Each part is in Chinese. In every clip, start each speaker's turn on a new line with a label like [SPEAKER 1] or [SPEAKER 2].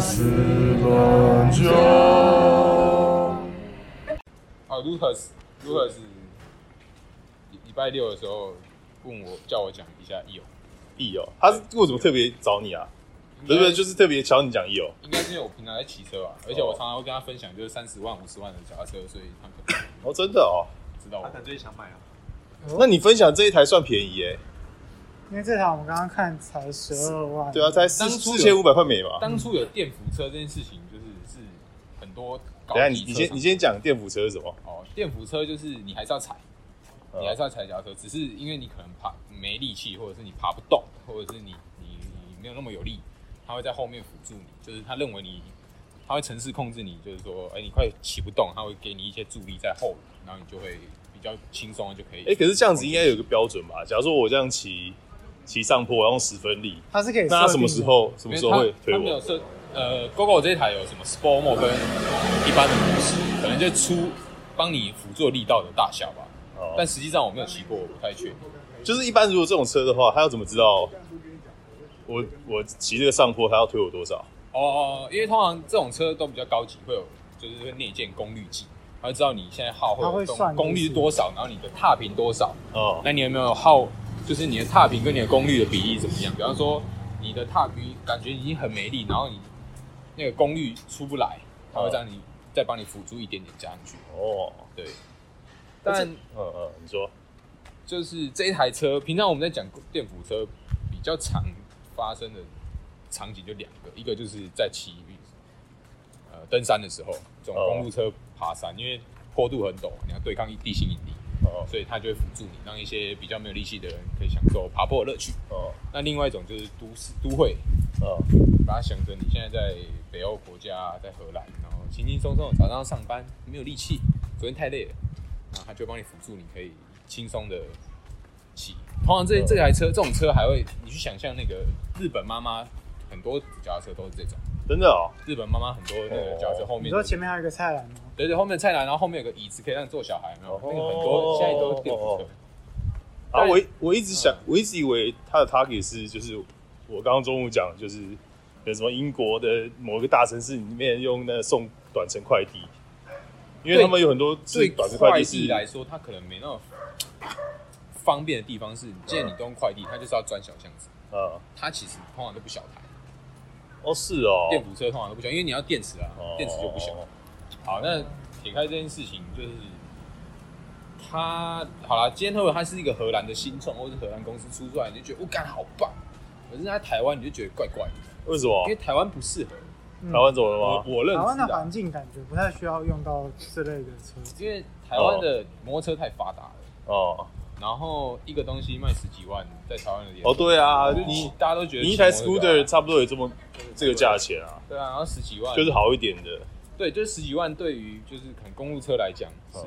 [SPEAKER 1] 斯本教。
[SPEAKER 2] 啊，Lucas，Lucas 礼礼拜六的时候问我叫我讲一下义勇，
[SPEAKER 3] 义哦，他是为什么特别找你啊？不是不是，就是哦特别瞧你讲义哦。
[SPEAKER 2] 应该是因为我平常在骑车吧，而且我常常会跟他分享就是三十万、五十万的脚踏车，所以他可能
[SPEAKER 3] 哦，真的哦。
[SPEAKER 2] 知道
[SPEAKER 4] 他
[SPEAKER 2] 我
[SPEAKER 4] 可。能最近想买啊，
[SPEAKER 3] 那你分享这一台算便宜耶？
[SPEAKER 5] 因为这台我们刚刚看才十二万，
[SPEAKER 3] 对啊，，才
[SPEAKER 2] 当
[SPEAKER 3] 四
[SPEAKER 2] 初有
[SPEAKER 3] 四千五百块美吧？
[SPEAKER 2] 当初有电扶车这件事情，就是是很多高
[SPEAKER 3] 等一下你
[SPEAKER 2] 级
[SPEAKER 3] 你
[SPEAKER 2] 车
[SPEAKER 3] 先
[SPEAKER 2] 厂
[SPEAKER 3] 你先讲电辅车是什么？
[SPEAKER 2] 哦，电扶车就是你还是要踩，
[SPEAKER 3] 嗯
[SPEAKER 2] 你还是要踩脚踏车，只是因为你可能爬没力气，或者是你爬不动，或者是你你你没有那么有力，他会在后面辅助你，就是他认为你，他会城市控制你，就是说，哎、你快骑不动，他会给你一些助力在后，然后你就会比较轻松就可以。
[SPEAKER 3] 哎、可是这样子应该有一个标准吧？假如说我这样骑骑上坡，然后十分力，
[SPEAKER 5] 它是可以设定的。
[SPEAKER 3] 那他什么时候什
[SPEAKER 2] 因
[SPEAKER 3] 么
[SPEAKER 2] 为
[SPEAKER 3] 时候会
[SPEAKER 2] 他
[SPEAKER 3] 推
[SPEAKER 2] 他没有
[SPEAKER 3] 我？
[SPEAKER 2] 设，呃，GoGo 这一台有什么 Sport Mode 跟一般的模式，可能就出帮你辅助力道的大小吧。
[SPEAKER 3] 哦
[SPEAKER 2] 但实际上我没有骑过，我不太确定。
[SPEAKER 3] 就是一般如果这种车的话，他要怎么知道我我骑这个上坡，他要推我多少？
[SPEAKER 2] 哦，因为通常这种车都比较高级，会有就是会内建功率计，它会知道你现在耗
[SPEAKER 5] 它
[SPEAKER 2] 会
[SPEAKER 5] 会
[SPEAKER 2] 有功
[SPEAKER 5] 算
[SPEAKER 2] 功率是多少，然后你的踏频多少，
[SPEAKER 3] 哦，
[SPEAKER 2] 那你有没有耗，就是你的踏频跟你的功率的比例怎么样？比方说你的踏频感觉已经很没力，然后你那个功率出不来，它会让你再帮你辅助一点点加上去。
[SPEAKER 3] 哦，
[SPEAKER 2] 对，
[SPEAKER 3] 但
[SPEAKER 2] 但
[SPEAKER 3] 嗯嗯，你说
[SPEAKER 2] 就是这一台车，平常我们在讲电扶车比较常发生的场景就两个，一个就是在骑呃登山的时候，这种
[SPEAKER 3] 哦
[SPEAKER 2] 公路车爬山，因为坡度很陡，你要对抗地心引力，
[SPEAKER 3] 哦
[SPEAKER 2] 所以它就会辅助你，让一些比较没有力气的人可以享受爬坡的乐趣。
[SPEAKER 3] 哦
[SPEAKER 2] 那另外一种就是都市都会，
[SPEAKER 3] 哦，
[SPEAKER 2] 把它想着你现在在北欧国家，在荷兰，然后轻轻松松地早上上班，没有力气，昨天太累了，那它就帮你辅助，你可以轻松的骑。通常这
[SPEAKER 3] 嗯
[SPEAKER 2] 这台车，这种车还会，你去想象那个日本妈妈，很多脚踏车都是这种。
[SPEAKER 3] 真的哦，
[SPEAKER 2] 日本妈妈很多那个脚踏车后
[SPEAKER 5] 你
[SPEAKER 2] 面，
[SPEAKER 5] 说前面还有一个菜篮吗？
[SPEAKER 2] 对对，后面的菜篮，然后后面有个椅子可以让你坐小孩，有没有？
[SPEAKER 3] 哦
[SPEAKER 2] 那个很多现在都是电扶车
[SPEAKER 3] 哦。啊，
[SPEAKER 2] 但
[SPEAKER 3] 我一我一直想
[SPEAKER 2] 嗯，
[SPEAKER 3] 我一直以为他的 target 是就是我刚刚中午讲，就是有什么英国的某个大城市里面用那送短程快递，因为
[SPEAKER 2] 对
[SPEAKER 3] 他们有很多是
[SPEAKER 2] 对
[SPEAKER 3] 短程
[SPEAKER 2] 快
[SPEAKER 3] 递
[SPEAKER 2] 递
[SPEAKER 3] 是
[SPEAKER 2] 来说，它可能没那么方便的地方是，既然你都用快递，它就是要钻小巷子。
[SPEAKER 3] 啊，
[SPEAKER 2] 它其实通常都不小台，
[SPEAKER 3] 哦是哦，
[SPEAKER 2] 电扶车通常都不小，因为你要电池啊，
[SPEAKER 3] 哦
[SPEAKER 2] 电池就不小。好，那撇开这件事情，就是它好了，今天特它是一个荷兰的新创或是荷兰公司出出来，你就觉得我干好棒，可是在台湾你就觉得怪怪的，
[SPEAKER 3] 为什么
[SPEAKER 2] 因为？台湾不适合。
[SPEAKER 5] 嗯
[SPEAKER 3] 台湾怎么
[SPEAKER 2] 我
[SPEAKER 3] 了吗？
[SPEAKER 2] 我认
[SPEAKER 5] 台湾
[SPEAKER 2] 知
[SPEAKER 5] 的
[SPEAKER 2] 啊
[SPEAKER 5] 环，境感觉不太需要用到这类的车，
[SPEAKER 2] 因为台湾的摩托车太发达了。
[SPEAKER 3] 哦，
[SPEAKER 2] 然后一个东西卖十几万，在台湾的也
[SPEAKER 3] 哦对啊，就
[SPEAKER 2] 你
[SPEAKER 3] 你
[SPEAKER 2] 大家都觉得
[SPEAKER 3] 你一台
[SPEAKER 2] 骑摩托车啊
[SPEAKER 3] scooter 差不多也这么这个价钱啊，
[SPEAKER 2] 对啊，然后十几万
[SPEAKER 3] 就是好一点的。
[SPEAKER 2] 对，就是十几万对于就是可能公路车来讲是
[SPEAKER 3] 嗯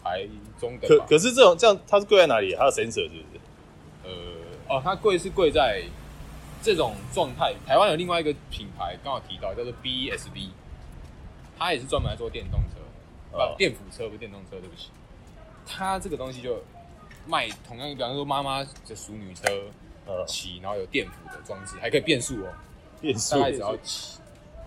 [SPEAKER 2] 还中等
[SPEAKER 3] 可
[SPEAKER 2] 吧。
[SPEAKER 3] 可是这种这样，它是贵在哪里？它的 sensor 是不是？
[SPEAKER 2] 呃哦，它贵是贵在这种状态。台湾有另外一个品牌刚好提到叫做 BSV，它也是专门来做电动车，
[SPEAKER 3] 哦
[SPEAKER 2] 不电辅车不是电动车，对不起。它这个东西就卖同样，比方说妈妈的熟女车
[SPEAKER 3] 呃，
[SPEAKER 2] 骑，然后有电辅的装置，还可以变速哦。
[SPEAKER 3] 变速
[SPEAKER 2] 大概只要七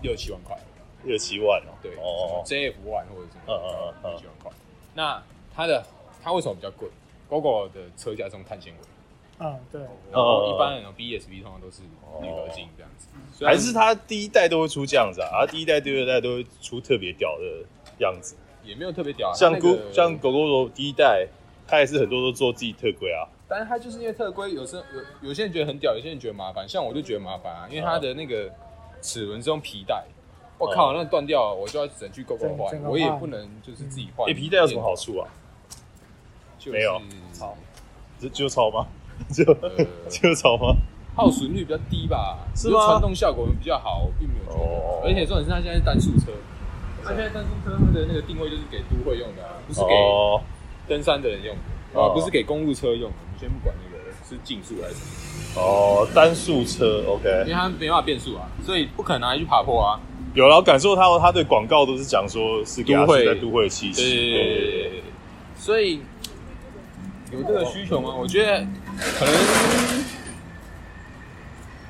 [SPEAKER 2] 六七万块，
[SPEAKER 3] 六七万哦。
[SPEAKER 2] 对，什么
[SPEAKER 3] 哦，
[SPEAKER 2] JF One 或者什
[SPEAKER 3] 嗯嗯
[SPEAKER 2] 么
[SPEAKER 3] 嗯嗯
[SPEAKER 2] 六七万块。那它的它为什么比较贵？GoGo 的车架是用碳纤维，
[SPEAKER 5] 嗯，对，
[SPEAKER 3] 哦
[SPEAKER 2] 然后一般人 BSB E 通常都是铝合金这样子，虽然
[SPEAKER 3] 嗯还是它第一代都会出这样子啊？它第一代、第二代都会出特别屌的样子，
[SPEAKER 2] 也没有特别屌啊，
[SPEAKER 3] 像
[SPEAKER 2] 它
[SPEAKER 3] 狗
[SPEAKER 2] 那个
[SPEAKER 3] 像，狗狗的第一代，它也是很多都做自己特规啊。
[SPEAKER 2] 但是它就是因为特规，有时候有有些人觉得很屌，有些人觉得麻烦，像我就觉得麻烦啊，因为
[SPEAKER 3] 嗯
[SPEAKER 2] 它的那个齿轮是用皮带。
[SPEAKER 3] 哦
[SPEAKER 2] 我靠，那断掉了，我就要只能去 GoGo
[SPEAKER 5] 整
[SPEAKER 2] 换
[SPEAKER 5] 整，个
[SPEAKER 2] 我也
[SPEAKER 5] 换
[SPEAKER 2] 不能就是自己换。
[SPEAKER 3] 哎，皮带有什么好？处啊？
[SPEAKER 2] 就是
[SPEAKER 3] 没有
[SPEAKER 2] 好，
[SPEAKER 3] 就就超 吗？就
[SPEAKER 2] 呃
[SPEAKER 3] 就超吗？
[SPEAKER 2] 耗损率比较低吧，
[SPEAKER 3] 是
[SPEAKER 2] 就
[SPEAKER 3] 吗
[SPEAKER 2] 传动效果比较好，我并没有觉得。
[SPEAKER 3] 哦
[SPEAKER 2] 而且重点是它现在是单速车，它现在单速车它的那个定位就是给都会用的啊、不是给
[SPEAKER 3] 哦，
[SPEAKER 2] 登山的人用的，
[SPEAKER 3] 哦
[SPEAKER 2] 啊，不是给公路车用的。我们先不管那个是竞速还是什么，
[SPEAKER 3] 哦，单速车
[SPEAKER 2] 因
[SPEAKER 3] OK，
[SPEAKER 2] 为它没办法变速啊，所以不可能拿来去爬坡啊。
[SPEAKER 3] 有了我感受它，它对广告都是讲说是给
[SPEAKER 2] 都
[SPEAKER 3] 它
[SPEAKER 2] 会
[SPEAKER 3] 在都会的气息。
[SPEAKER 2] 对，所以有这个需求吗？我觉得可能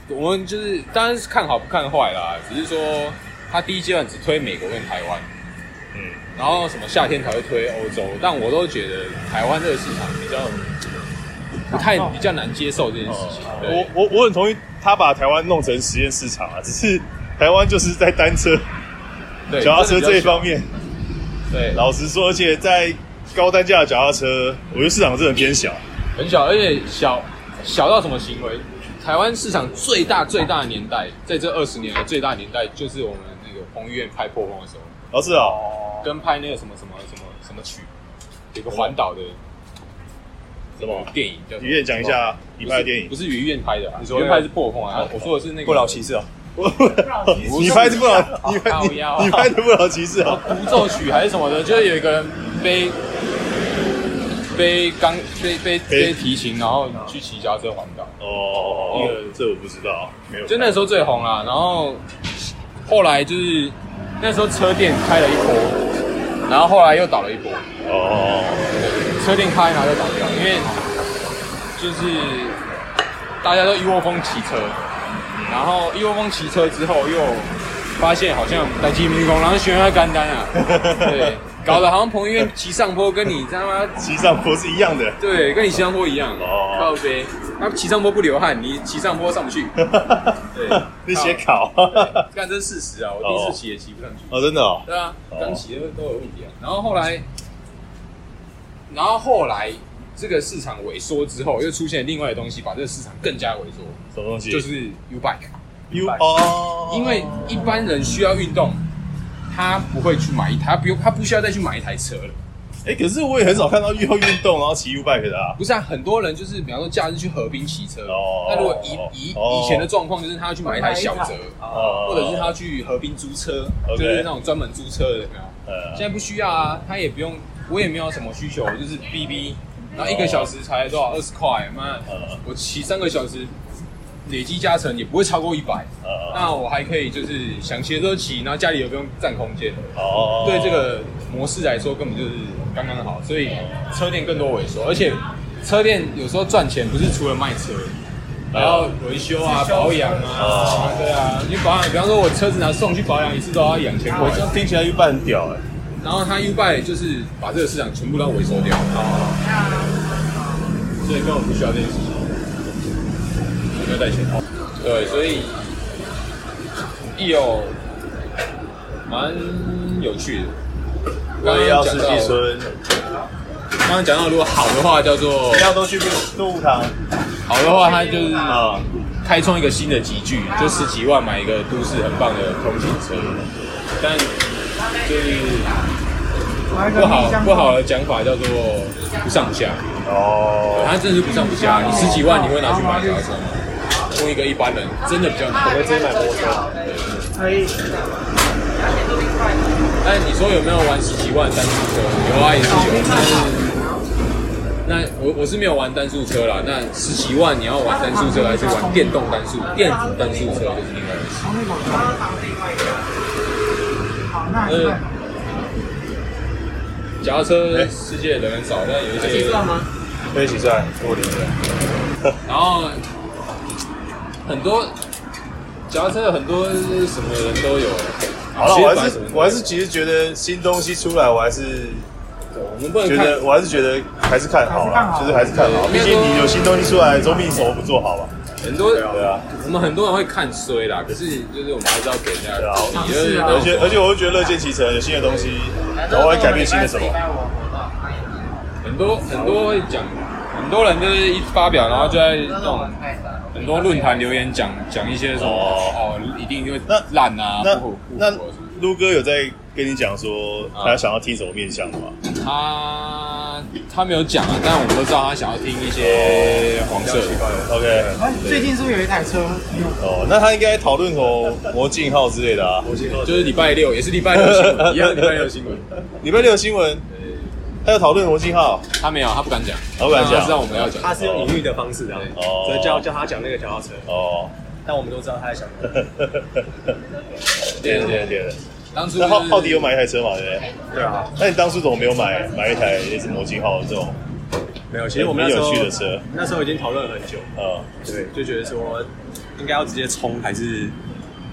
[SPEAKER 2] 我们就是当然是看好不看坏啦，只是说他第一阶段只推美国跟台湾，
[SPEAKER 3] 嗯，
[SPEAKER 2] 然后什么夏天才会推欧洲，但我都觉得台湾这个市场比较不太比较难接受这件事情。
[SPEAKER 3] 哦我
[SPEAKER 2] 对，
[SPEAKER 3] 我我很同意他把台湾弄成实验市场啊，只是台湾就是在单车、
[SPEAKER 2] 对
[SPEAKER 3] 脚踏车这一方，面，
[SPEAKER 2] 对，
[SPEAKER 3] 老实说，而且在高单价的脚踏车，我觉得市场真的偏小。
[SPEAKER 2] 很小，而且小小到什么行为？台湾市场最大最大的年代，在这二十年来最大的年代，就是我们那个彭于晏拍《破风》的时候，
[SPEAKER 3] 老是啊，
[SPEAKER 2] 跟拍那个什么什么什么什么曲，有个环岛的
[SPEAKER 3] 什么
[SPEAKER 2] 电影叫什么
[SPEAKER 3] 于燕讲一下
[SPEAKER 2] 不
[SPEAKER 3] 你
[SPEAKER 2] 是
[SPEAKER 3] 拍的电影
[SPEAKER 2] 哦不，是于燕拍的啊，
[SPEAKER 1] 你说
[SPEAKER 2] 于
[SPEAKER 1] 那
[SPEAKER 2] 燕
[SPEAKER 1] 个
[SPEAKER 2] 拍是《破风》
[SPEAKER 3] 哦
[SPEAKER 2] 啊，我说的是那个
[SPEAKER 1] 不老骑士哦，
[SPEAKER 2] 不
[SPEAKER 3] 你
[SPEAKER 2] 是
[SPEAKER 3] 拍的 不老，你拍
[SPEAKER 2] 靠
[SPEAKER 3] 你
[SPEAKER 2] 腰
[SPEAKER 3] 你拍的不老骑士啊，
[SPEAKER 2] 独奏曲还是什么的，就是有一个人背背钢背背背提琴，然后去骑脚踏车环岛。
[SPEAKER 3] 哦，
[SPEAKER 2] 一
[SPEAKER 3] 这
[SPEAKER 2] 个
[SPEAKER 3] 个这我不知道，没有。
[SPEAKER 2] 就那时候最红啦，然后后来就是那时候车店开了一波，然后后来又倒了一波，
[SPEAKER 3] 哦，
[SPEAKER 2] 车店开然后又倒掉，因为就是大家都一窝蜂骑车，然后一窝蜂骑车之后又发现好像在骑迷宫，然后悬崖干单啊，对， 搞得好像彭于晏骑上坡跟你他妈
[SPEAKER 3] 骑上坡是一样的。
[SPEAKER 2] 对跟你骑上坡一样，
[SPEAKER 3] 哦
[SPEAKER 2] 靠背，他骑上坡不流汗，你骑上坡上不去，对
[SPEAKER 3] 那些考，
[SPEAKER 2] 干这是事实啊，我第一次骑也骑不上去。
[SPEAKER 3] 哦，真的哦，
[SPEAKER 2] 对啊，
[SPEAKER 3] 哦
[SPEAKER 2] 刚起都都有问题啊。然后后来，然后后来这个市场萎缩之后，又出现另外的东西，把这个市场更加萎缩，
[SPEAKER 3] 什么东西？
[SPEAKER 2] 就是 U bike。
[SPEAKER 3] U 哦，
[SPEAKER 2] 因为一般人需要运动，他不会去买一台，他不用，他不需要再去买一台车了。
[SPEAKER 3] 哎，可是我也很少看到要运动然后骑 U bike 的啊。
[SPEAKER 2] 不是啊，很多人就是比方说假日去河滨骑车
[SPEAKER 3] 哦，
[SPEAKER 2] 那如果以以
[SPEAKER 3] 哦
[SPEAKER 2] 以前的状况，就是他要去买一台小
[SPEAKER 5] 买
[SPEAKER 2] 折
[SPEAKER 5] 一台，
[SPEAKER 3] 哦
[SPEAKER 2] 或者是他去河滨租车，
[SPEAKER 3] OK
[SPEAKER 2] 就是那种专门租车的，有没有？
[SPEAKER 3] 呃
[SPEAKER 2] 现在不需要啊，他也不用，我也没有什么需求，我就是 B B，然后一个小时才多少二十块，妈，
[SPEAKER 3] 呃
[SPEAKER 2] 我骑三个小时，累积加成也不会超过一百，
[SPEAKER 3] 呃，
[SPEAKER 2] 那我还可以就是想骑的时候骑，然后家里也不用占空间，
[SPEAKER 3] 哦，
[SPEAKER 2] 对这个模式来说根本就是刚刚好，所以车店更多萎缩，而且车店有时候赚钱不是除了卖车。还要维修啊、保养啊
[SPEAKER 3] 哦，
[SPEAKER 2] 对啊，你保养，比方说我车子拿送去保养一次都要两千块
[SPEAKER 3] 我，这样听起来 U bike 很屌哎。
[SPEAKER 2] 然后他 U b 就是把这个市场全部都回收掉，所以根本不需要这件事情，没有带钱。对，所以亦有蛮有趣的。
[SPEAKER 3] 我也要吃
[SPEAKER 2] 刚刚讲
[SPEAKER 3] 鸡
[SPEAKER 2] 到，
[SPEAKER 3] 村，
[SPEAKER 2] 刚刚讲到，如果好的话叫做
[SPEAKER 3] 一样都去动物堂
[SPEAKER 2] 好的话，它就是
[SPEAKER 3] 啊。
[SPEAKER 2] 开创一个新的集聚，就十几万买一个都市很棒的通勤车，但就是不好不好的讲法叫做不上下。
[SPEAKER 3] 哦，
[SPEAKER 2] 他真的是不上不下，你十几万你会拿去买脚踏车吗？问一个一般人，真的比较难。
[SPEAKER 3] 我直接买摩托车。
[SPEAKER 5] 可以，
[SPEAKER 2] 但哎你说有没有玩十几万单速车？有啊，也是有，但是那我我是没有玩单速车啦。那十几万你要玩单速车，还是玩电动单速、电子单速车，就是另外一回事。
[SPEAKER 5] 好，那你
[SPEAKER 2] 呃
[SPEAKER 5] 看，
[SPEAKER 2] 脚踏
[SPEAKER 3] 哎
[SPEAKER 2] 车世界人很少，但有一些，
[SPEAKER 5] 吗？
[SPEAKER 3] 可以一起算，跟我理解。
[SPEAKER 2] 然后很多脚踏车有很多什么人都有。啊
[SPEAKER 3] 好了，我还
[SPEAKER 2] 其实本来
[SPEAKER 3] 是
[SPEAKER 2] 什么人都有
[SPEAKER 3] 我还是其实觉得新东西出来，我还是
[SPEAKER 2] 我们不能
[SPEAKER 3] 觉
[SPEAKER 2] 看
[SPEAKER 3] 得我还是觉得还是看好
[SPEAKER 5] 还是看
[SPEAKER 3] 啦，
[SPEAKER 5] 好
[SPEAKER 3] 就是还是看好。
[SPEAKER 2] 对
[SPEAKER 3] 毕竟你有新东西出来，总比你什么不做好吧？
[SPEAKER 2] 很多
[SPEAKER 3] 对啊，
[SPEAKER 2] 我们很多人会看衰啦，可是就是我们还是要给人家
[SPEAKER 3] 对啊
[SPEAKER 2] 鼓励，就是
[SPEAKER 3] 而且而且我会觉得乐见其成，有新的东西，然后会改变新的什么。
[SPEAKER 2] 很多很多会讲，很多人就是一发表，然后就在那种很多论坛留言讲讲一些什么哦
[SPEAKER 3] 哦
[SPEAKER 2] 一定会
[SPEAKER 3] 那
[SPEAKER 2] 烂啊，
[SPEAKER 3] 那
[SPEAKER 2] 不不
[SPEAKER 3] 那
[SPEAKER 2] 不不
[SPEAKER 3] 陆哥有在跟你讲说
[SPEAKER 2] 啊
[SPEAKER 3] 他想要听什么面向吗？
[SPEAKER 2] 他他没有讲啊，但我们都知道他想要听一些
[SPEAKER 3] 哦
[SPEAKER 2] 黄色的，
[SPEAKER 3] OK，
[SPEAKER 5] 哎，最近是不是有一台车有
[SPEAKER 3] 哦，那他应该讨论哦魔镜号之类的啊。
[SPEAKER 2] 就是礼拜六也是礼拜六新闻，一样礼拜六新 闻，
[SPEAKER 3] 礼拜六的新闻，他有讨论魔镜号。
[SPEAKER 2] 他没有，他不敢讲，
[SPEAKER 3] 他不敢讲
[SPEAKER 1] 啊
[SPEAKER 2] 知道我们要讲，
[SPEAKER 1] 他是用隐喻的方式啊，
[SPEAKER 3] 哦
[SPEAKER 1] 所以叫叫他讲那个脚踏车，
[SPEAKER 3] 哦，
[SPEAKER 1] 但我们都知道他在想什么。
[SPEAKER 3] 对对对。
[SPEAKER 2] 当初
[SPEAKER 3] 那浩
[SPEAKER 2] 就是
[SPEAKER 3] 浩迪有买一台车嘛？对不对？
[SPEAKER 1] 对啊，
[SPEAKER 3] 那你当初怎么没有买买一台类似魔镜号这种
[SPEAKER 1] 没有，其实我们那时候
[SPEAKER 3] 很有趣的车
[SPEAKER 1] 那时候已经讨论了很久，
[SPEAKER 3] 呃
[SPEAKER 1] 对，就觉得说应该要直接冲，还是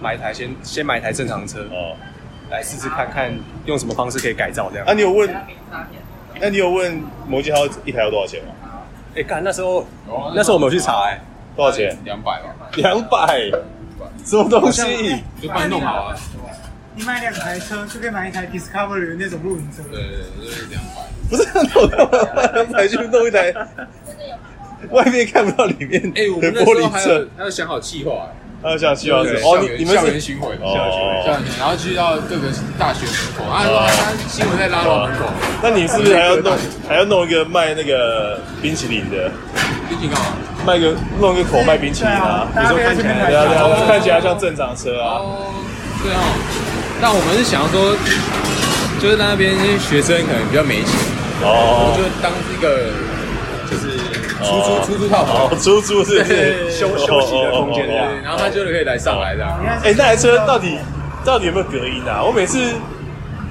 [SPEAKER 1] 买一台先先买一台正常车
[SPEAKER 3] 哦，啊
[SPEAKER 1] 来试试看看用什么方式可以改造这样
[SPEAKER 3] 那、？你有问？那你有问摩羯号一台要多少钱吗？
[SPEAKER 1] 哎、干那时候那时候我们有去查哎、
[SPEAKER 3] 多少钱？
[SPEAKER 2] 啊两百吧，
[SPEAKER 3] 两百，什么东西？
[SPEAKER 2] 就帮你弄好啊。
[SPEAKER 5] 你买两台车就可以买一台 Discovery 的那种露营车，
[SPEAKER 2] 对对对，就是两百。
[SPEAKER 3] 不是弄两百去弄一台，外面看不到里面的
[SPEAKER 2] 哎，我们那
[SPEAKER 3] 玻
[SPEAKER 2] 时候
[SPEAKER 3] 璃
[SPEAKER 2] 还有
[SPEAKER 3] 车。
[SPEAKER 2] 还有想好计划，
[SPEAKER 3] 啊，想希望是
[SPEAKER 2] 对
[SPEAKER 3] 哦，
[SPEAKER 2] 校园
[SPEAKER 3] 你你们
[SPEAKER 2] 校园
[SPEAKER 3] 是
[SPEAKER 2] 巡回，
[SPEAKER 3] 哦
[SPEAKER 2] 校园巡回校园巡回，然后去到各个大学门口，啊，说他新闻在拉到门口，
[SPEAKER 3] 那你是不是还要弄还要弄一个卖那个冰淇淋的，
[SPEAKER 2] 毕竟干嘛？
[SPEAKER 3] 卖个弄一个口卖冰淇淋啊？
[SPEAKER 5] 大家可以在这边买
[SPEAKER 3] 对啊对啊，
[SPEAKER 2] 哦
[SPEAKER 3] 看起来像正常车啊。
[SPEAKER 2] 哦，对哦。但我们是想说，就是在那边学生可能比较没钱，我
[SPEAKER 3] 哦
[SPEAKER 2] 就，当一个
[SPEAKER 1] 就是
[SPEAKER 2] 出租出租套
[SPEAKER 3] 哦
[SPEAKER 2] 房，，
[SPEAKER 3] 出租是不
[SPEAKER 2] 对
[SPEAKER 3] 是
[SPEAKER 1] 休休息的空间这
[SPEAKER 3] 哦哦哦
[SPEAKER 1] 样
[SPEAKER 3] 哦
[SPEAKER 2] 对，然后他就可以来上来的。
[SPEAKER 5] 你看
[SPEAKER 3] 哎、那台车到底到底有没有隔音啊？我每次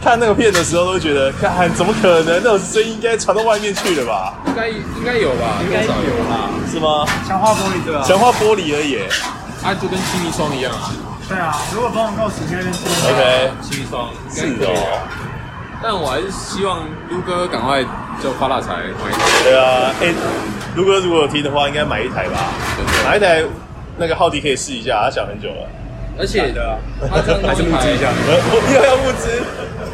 [SPEAKER 3] 看那个片的时候，都会觉得，看怎么可能？那种声音应该传到外面去了吧？
[SPEAKER 2] 应该应该有吧，应该有吧。
[SPEAKER 3] 是吗？
[SPEAKER 5] 强化玻璃对吧？
[SPEAKER 3] 强化玻璃而已。
[SPEAKER 2] 啊，就跟气密窗一样啊，
[SPEAKER 5] 对啊，如果帮我够时间就做。
[SPEAKER 3] OK，
[SPEAKER 2] 气密窗应
[SPEAKER 3] 是
[SPEAKER 2] 该可以啊。
[SPEAKER 3] 哦，
[SPEAKER 2] 但我还是希望卢哥赶快就发大财买一台，
[SPEAKER 3] 对啊。哎、如果如果有听的话，应该买一台吧？
[SPEAKER 2] 真的
[SPEAKER 3] 买一台那个浩迪可以试一下，他想很久了。
[SPEAKER 2] 而且
[SPEAKER 1] 对啊，
[SPEAKER 2] 他这 样
[SPEAKER 1] 还是
[SPEAKER 2] 弄
[SPEAKER 1] 募资一下
[SPEAKER 2] 台，。
[SPEAKER 3] 我我又要募资。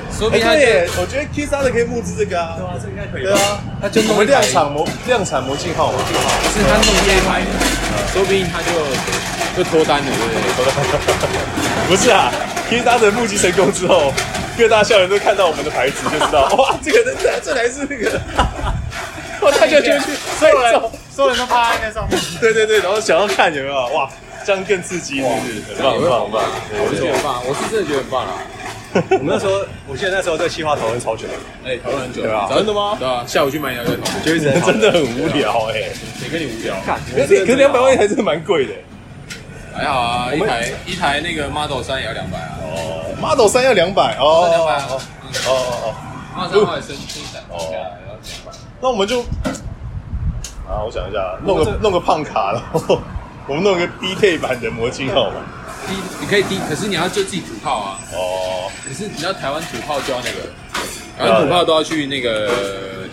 [SPEAKER 2] 说不
[SPEAKER 3] 哎、
[SPEAKER 2] 定他
[SPEAKER 3] 对耶，我觉得 Q 三的可以募资这个啊。
[SPEAKER 1] 哇，这应该可以
[SPEAKER 3] 对啊，
[SPEAKER 2] 他就
[SPEAKER 3] 我
[SPEAKER 2] 弄
[SPEAKER 3] 们
[SPEAKER 2] 一台
[SPEAKER 3] 量产模量产模镜号嘛。
[SPEAKER 2] 不是他弄夜拍，说不定他就就脱单了，对不对？
[SPEAKER 3] 不是啊，Q 三的募集成功之后，各大校园都看到我们的牌子，就知道哇，这个真的，这才是那个，哇，大家就去所有人，
[SPEAKER 5] 所有人都趴在那上面，
[SPEAKER 3] 对对对，然后想要看有没有哇，这样更刺激，是不是？很棒，很棒，很棒，
[SPEAKER 2] 我是觉得很棒，我是真的觉得很棒啦。
[SPEAKER 1] 我们那时候，我记得那时候这个企划讨论超久，
[SPEAKER 2] 哎，讨论很久，
[SPEAKER 1] 对啊
[SPEAKER 2] 真的吗？对啊，下午去买饮料再讨论，
[SPEAKER 1] 就一直在讨
[SPEAKER 3] 真
[SPEAKER 1] 论
[SPEAKER 3] 的很无聊哎、
[SPEAKER 2] 谁跟你无聊？
[SPEAKER 3] 可是可是两百万还真的蛮贵的、
[SPEAKER 2] 还好啊，一台一台那个 Model 三也要两百啊，
[SPEAKER 3] 哦，Model 三要两百哦，
[SPEAKER 2] 两百啊
[SPEAKER 3] 哦哦哦，
[SPEAKER 2] ，Model 三后来升升一档下来，然后两百。
[SPEAKER 3] 那我们就啊，我想一下，弄个弄个胖卡，然后 我们弄个 DK 版的魔镜号嘛，
[SPEAKER 2] 低，你可以低，可是你要就自己土炮啊。
[SPEAKER 3] 哦。
[SPEAKER 2] 可是你知道台湾土炮就要那个，台湾土炮都要去那个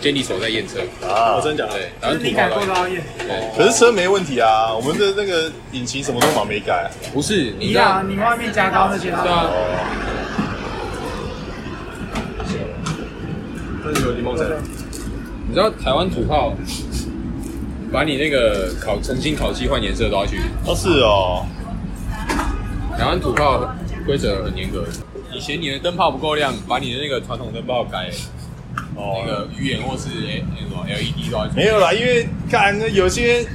[SPEAKER 2] 监理所在验车。
[SPEAKER 3] 啊
[SPEAKER 1] 我真的假的
[SPEAKER 2] 对？，台
[SPEAKER 5] 就
[SPEAKER 2] 湾
[SPEAKER 5] 是
[SPEAKER 2] 土
[SPEAKER 5] 你
[SPEAKER 2] 炮
[SPEAKER 5] 改
[SPEAKER 2] 都
[SPEAKER 5] 过
[SPEAKER 2] 要验
[SPEAKER 5] 都要验。
[SPEAKER 2] 对，
[SPEAKER 3] 可是车没问题啊，我们的那个引擎什么都没改、
[SPEAKER 2] 不是你
[SPEAKER 5] 一
[SPEAKER 2] 要
[SPEAKER 5] 样啊，你外面加高那些
[SPEAKER 2] 对
[SPEAKER 5] 啊，
[SPEAKER 2] 啊，
[SPEAKER 1] 真的有柠檬城，
[SPEAKER 2] 你知道台湾土炮把你那个烤澄清烤漆换颜色都要去，
[SPEAKER 3] 哦，是哦，
[SPEAKER 2] 台湾土炮规则很严格，你嫌你的灯泡不够亮，把你的那个传统灯泡改
[SPEAKER 3] 哦，
[SPEAKER 2] 那个鱼眼或是哎那个什么 LED 都要去。
[SPEAKER 3] 没有啦，因为看有些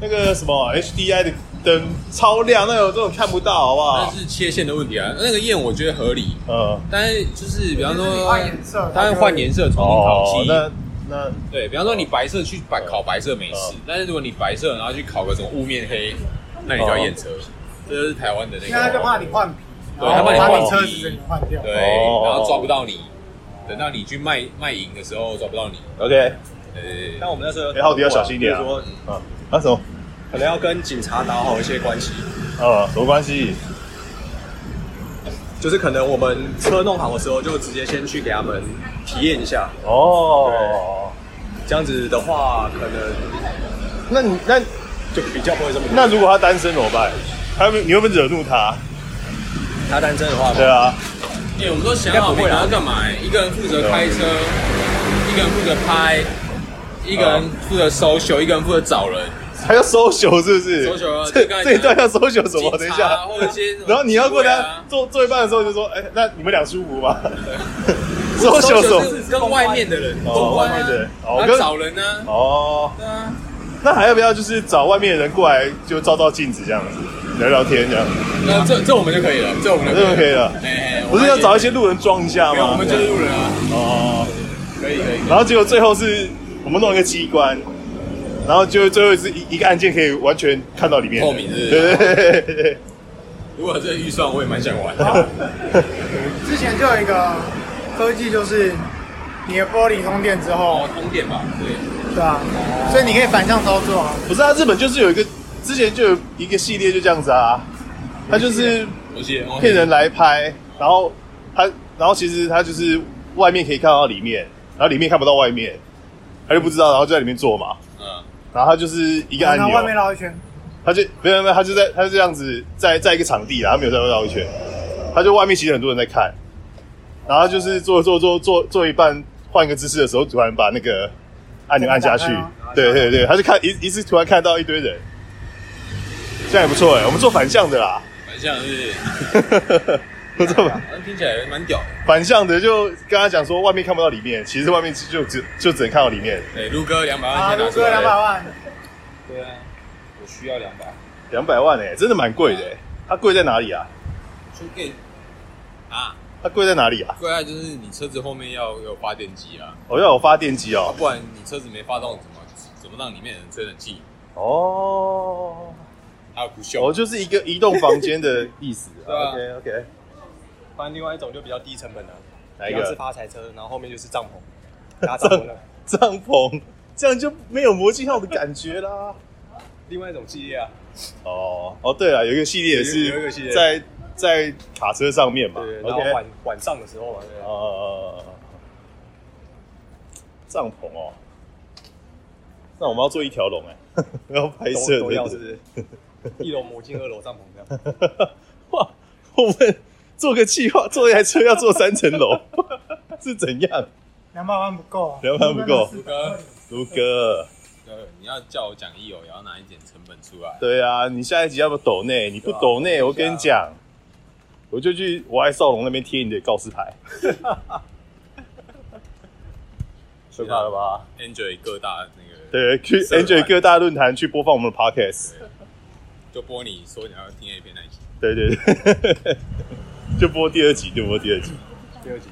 [SPEAKER 3] 那个什么 HDI 的灯超亮，那有这种看不到，好不
[SPEAKER 2] 那
[SPEAKER 3] 好？
[SPEAKER 2] 是切线的问题啊，那个验我觉得合理，
[SPEAKER 3] 嗯，
[SPEAKER 2] 但是就是比方
[SPEAKER 5] 就是你
[SPEAKER 2] 说
[SPEAKER 5] 换颜色，
[SPEAKER 2] 它会换颜色重新烤漆，
[SPEAKER 3] 哦那哦那
[SPEAKER 2] 对，比方说你白色去白烤白色没事，但是如果你白色然后去烤个什么雾面黑，那你
[SPEAKER 3] 哦
[SPEAKER 2] 就要验车，这就是台湾的那
[SPEAKER 5] 因为他就
[SPEAKER 2] 个，
[SPEAKER 5] 怕你换皮，
[SPEAKER 2] 对
[SPEAKER 3] 他
[SPEAKER 5] 然后
[SPEAKER 3] 怕你
[SPEAKER 5] 把
[SPEAKER 3] 换
[SPEAKER 5] 你
[SPEAKER 3] 皮
[SPEAKER 5] 车子整个换掉。
[SPEAKER 2] 对，
[SPEAKER 3] 哦
[SPEAKER 2] 然后抓不到你，等到你去卖卖淫的时候抓不到你，
[SPEAKER 3] OK
[SPEAKER 2] 呃，
[SPEAKER 1] 但我们那时候，
[SPEAKER 3] 哎浩迪要小心一点啊
[SPEAKER 1] 比如说
[SPEAKER 3] 啊啊什么
[SPEAKER 1] 可能要跟警察打好一些关系，
[SPEAKER 3] 啊什么关系？
[SPEAKER 1] 就是可能我们车弄好的时候，就直接先去给他们体验一下，
[SPEAKER 3] 哦，
[SPEAKER 1] 这样子的话，可能
[SPEAKER 3] 那你那
[SPEAKER 1] 就比较不会这么。
[SPEAKER 3] 那如果他单身怎么办？他会你会不会惹怒他？
[SPEAKER 1] 他单身的话，
[SPEAKER 3] 对啊，
[SPEAKER 2] 哎，我们都想好每个人要干嘛，欸一个人负责开车，一个人负责拍，一个
[SPEAKER 3] 哦
[SPEAKER 2] 人负责搜秀，一个人负责找人，
[SPEAKER 3] 还要搜球是不是？
[SPEAKER 2] social 啊
[SPEAKER 3] 这
[SPEAKER 2] 就刚才
[SPEAKER 3] 这一段要搜球什
[SPEAKER 2] 警
[SPEAKER 3] 么？等一
[SPEAKER 2] 察
[SPEAKER 3] 下
[SPEAKER 2] 啊，或者一些什么
[SPEAKER 3] 然后你要过
[SPEAKER 2] 对
[SPEAKER 3] 来
[SPEAKER 2] 啊
[SPEAKER 3] 做做一半的时候就说，哎、那你们俩舒服吗？ 搜球
[SPEAKER 2] 搜
[SPEAKER 3] 手
[SPEAKER 2] 秀是跟外面的人，
[SPEAKER 3] 哦
[SPEAKER 2] 公关啊
[SPEAKER 3] 外面的人哦
[SPEAKER 2] 然后
[SPEAKER 3] 跟
[SPEAKER 2] 找人呢，
[SPEAKER 3] 哦，
[SPEAKER 2] 对啊。
[SPEAKER 3] 那还要不要就是找外面的人过来就照照镜子这样子聊聊天这样？
[SPEAKER 2] 那这这我们就可以了，这我们
[SPEAKER 3] 这就可以了
[SPEAKER 2] 哎，
[SPEAKER 3] 不是要找一
[SPEAKER 2] 些
[SPEAKER 3] 些路人装一下
[SPEAKER 2] 没有，
[SPEAKER 3] 吗？
[SPEAKER 2] 我们就是路人啊，
[SPEAKER 3] 哦，
[SPEAKER 2] 可以可以。
[SPEAKER 3] 然后结果最后是我们弄一个机关。然后就最后是一一个按键可以完全看到里面，
[SPEAKER 2] 透明是不是
[SPEAKER 3] 对对对对对，
[SPEAKER 2] 如果有这个预算，我也蛮想玩。
[SPEAKER 5] 之前就有一个科技，就是你的玻璃通电之后
[SPEAKER 2] 哦，，通电吧，对，
[SPEAKER 5] 对吧？所以你可以反向操作啊。
[SPEAKER 3] 不是啊，日本就是有一个之前就有一个系列就这样子啊，他就是
[SPEAKER 2] 游戏哦
[SPEAKER 3] 骗人来拍，然后他，然后其实他就是外面可以看到里面，然后里面看不到外面，他就不知道，然后就在里面做嘛，
[SPEAKER 2] 嗯，
[SPEAKER 3] 然后他就是一个按
[SPEAKER 5] 然后哦外面
[SPEAKER 3] 钮，
[SPEAKER 5] 绕一圈，
[SPEAKER 3] 他就没有没有，他就在他就这样子在在一个场地啦，他没有在外面绕一圈，他就外面其实很多人在看，然后他就是做做做做做一半换一个姿势的时候，突然把那个按钮按下去
[SPEAKER 5] 这个打开吗，
[SPEAKER 3] 对对对，他就看一一次突然看到一堆人，这样也不错哎、我们做反向的啦，
[SPEAKER 2] 反向是，
[SPEAKER 3] 我做反。
[SPEAKER 2] 反正听起来蛮屌的。
[SPEAKER 3] 反向的就跟他讲说，外面看不到里面，其实外面就只就只能看到里面。
[SPEAKER 2] 哎，卢哥两百万
[SPEAKER 5] 啊，
[SPEAKER 2] 先
[SPEAKER 5] 如
[SPEAKER 2] 拿出
[SPEAKER 5] 哥两百
[SPEAKER 2] 来。
[SPEAKER 5] 万，
[SPEAKER 2] 对啊，我需要两百。
[SPEAKER 3] 两百万哎、真的蛮贵的、欸。它贵在哪里啊？
[SPEAKER 2] 就给啊，
[SPEAKER 3] 它贵在哪里啊？
[SPEAKER 2] 贵在就是你车子后面要有发电机啊，
[SPEAKER 3] 我、要有发电机
[SPEAKER 2] 啊
[SPEAKER 3] 哦。
[SPEAKER 2] 不然你车子没发动，怎么怎么让里面的人吹冷气？
[SPEAKER 3] 哦，
[SPEAKER 2] 还有不
[SPEAKER 3] 我
[SPEAKER 2] 锈，
[SPEAKER 3] 就是一个移动房间的意思。
[SPEAKER 1] 对啊
[SPEAKER 3] OK OK，
[SPEAKER 1] 反正另外一种就比较低成本的、啊，
[SPEAKER 3] 哪一
[SPEAKER 1] 比方是
[SPEAKER 3] 个
[SPEAKER 1] 发财车，然后后面就是帐篷，搭帐 篷的。
[SPEAKER 3] 帐篷？这样就没有魔镜号的感觉啦。
[SPEAKER 1] 另外一种系列啊，
[SPEAKER 3] 哦哦，对了，有一个系列也
[SPEAKER 1] 有有一个系
[SPEAKER 3] 是
[SPEAKER 1] 列
[SPEAKER 3] 在在卡车上面嘛。
[SPEAKER 1] 对，然后
[SPEAKER 3] OK。
[SPEAKER 1] 晚晚上的时候嘛，对啊，
[SPEAKER 3] 呃，帐篷哦，那我们要做一条龙哎， 要拍摄
[SPEAKER 1] 都都要是不
[SPEAKER 3] 对
[SPEAKER 1] 是？一楼魔镜，二楼帐篷这样。
[SPEAKER 3] 不对 哇，我们做个计划，做一台车要做三层楼， 是怎样？
[SPEAKER 5] 两百万不够啊，
[SPEAKER 3] 200万不够
[SPEAKER 5] 四百
[SPEAKER 2] 哥，
[SPEAKER 3] 卢哥，
[SPEAKER 2] 对，呃你要叫我讲义哦，也要拿一点成本出来。
[SPEAKER 3] 对啊，你下一集要不要抖内？你不抖内，我跟你讲，我就去我爱少龙那边贴你的告示牌，可怕了吧？
[SPEAKER 2] Android 各大那个，，
[SPEAKER 3] 对， 去
[SPEAKER 2] 社团
[SPEAKER 3] Angel 各大论坛去播放我们的 Podcast。
[SPEAKER 2] 就播你说你要听 A 片那一集。
[SPEAKER 3] 对对对，就播第二集，就播第二集。
[SPEAKER 1] 第二集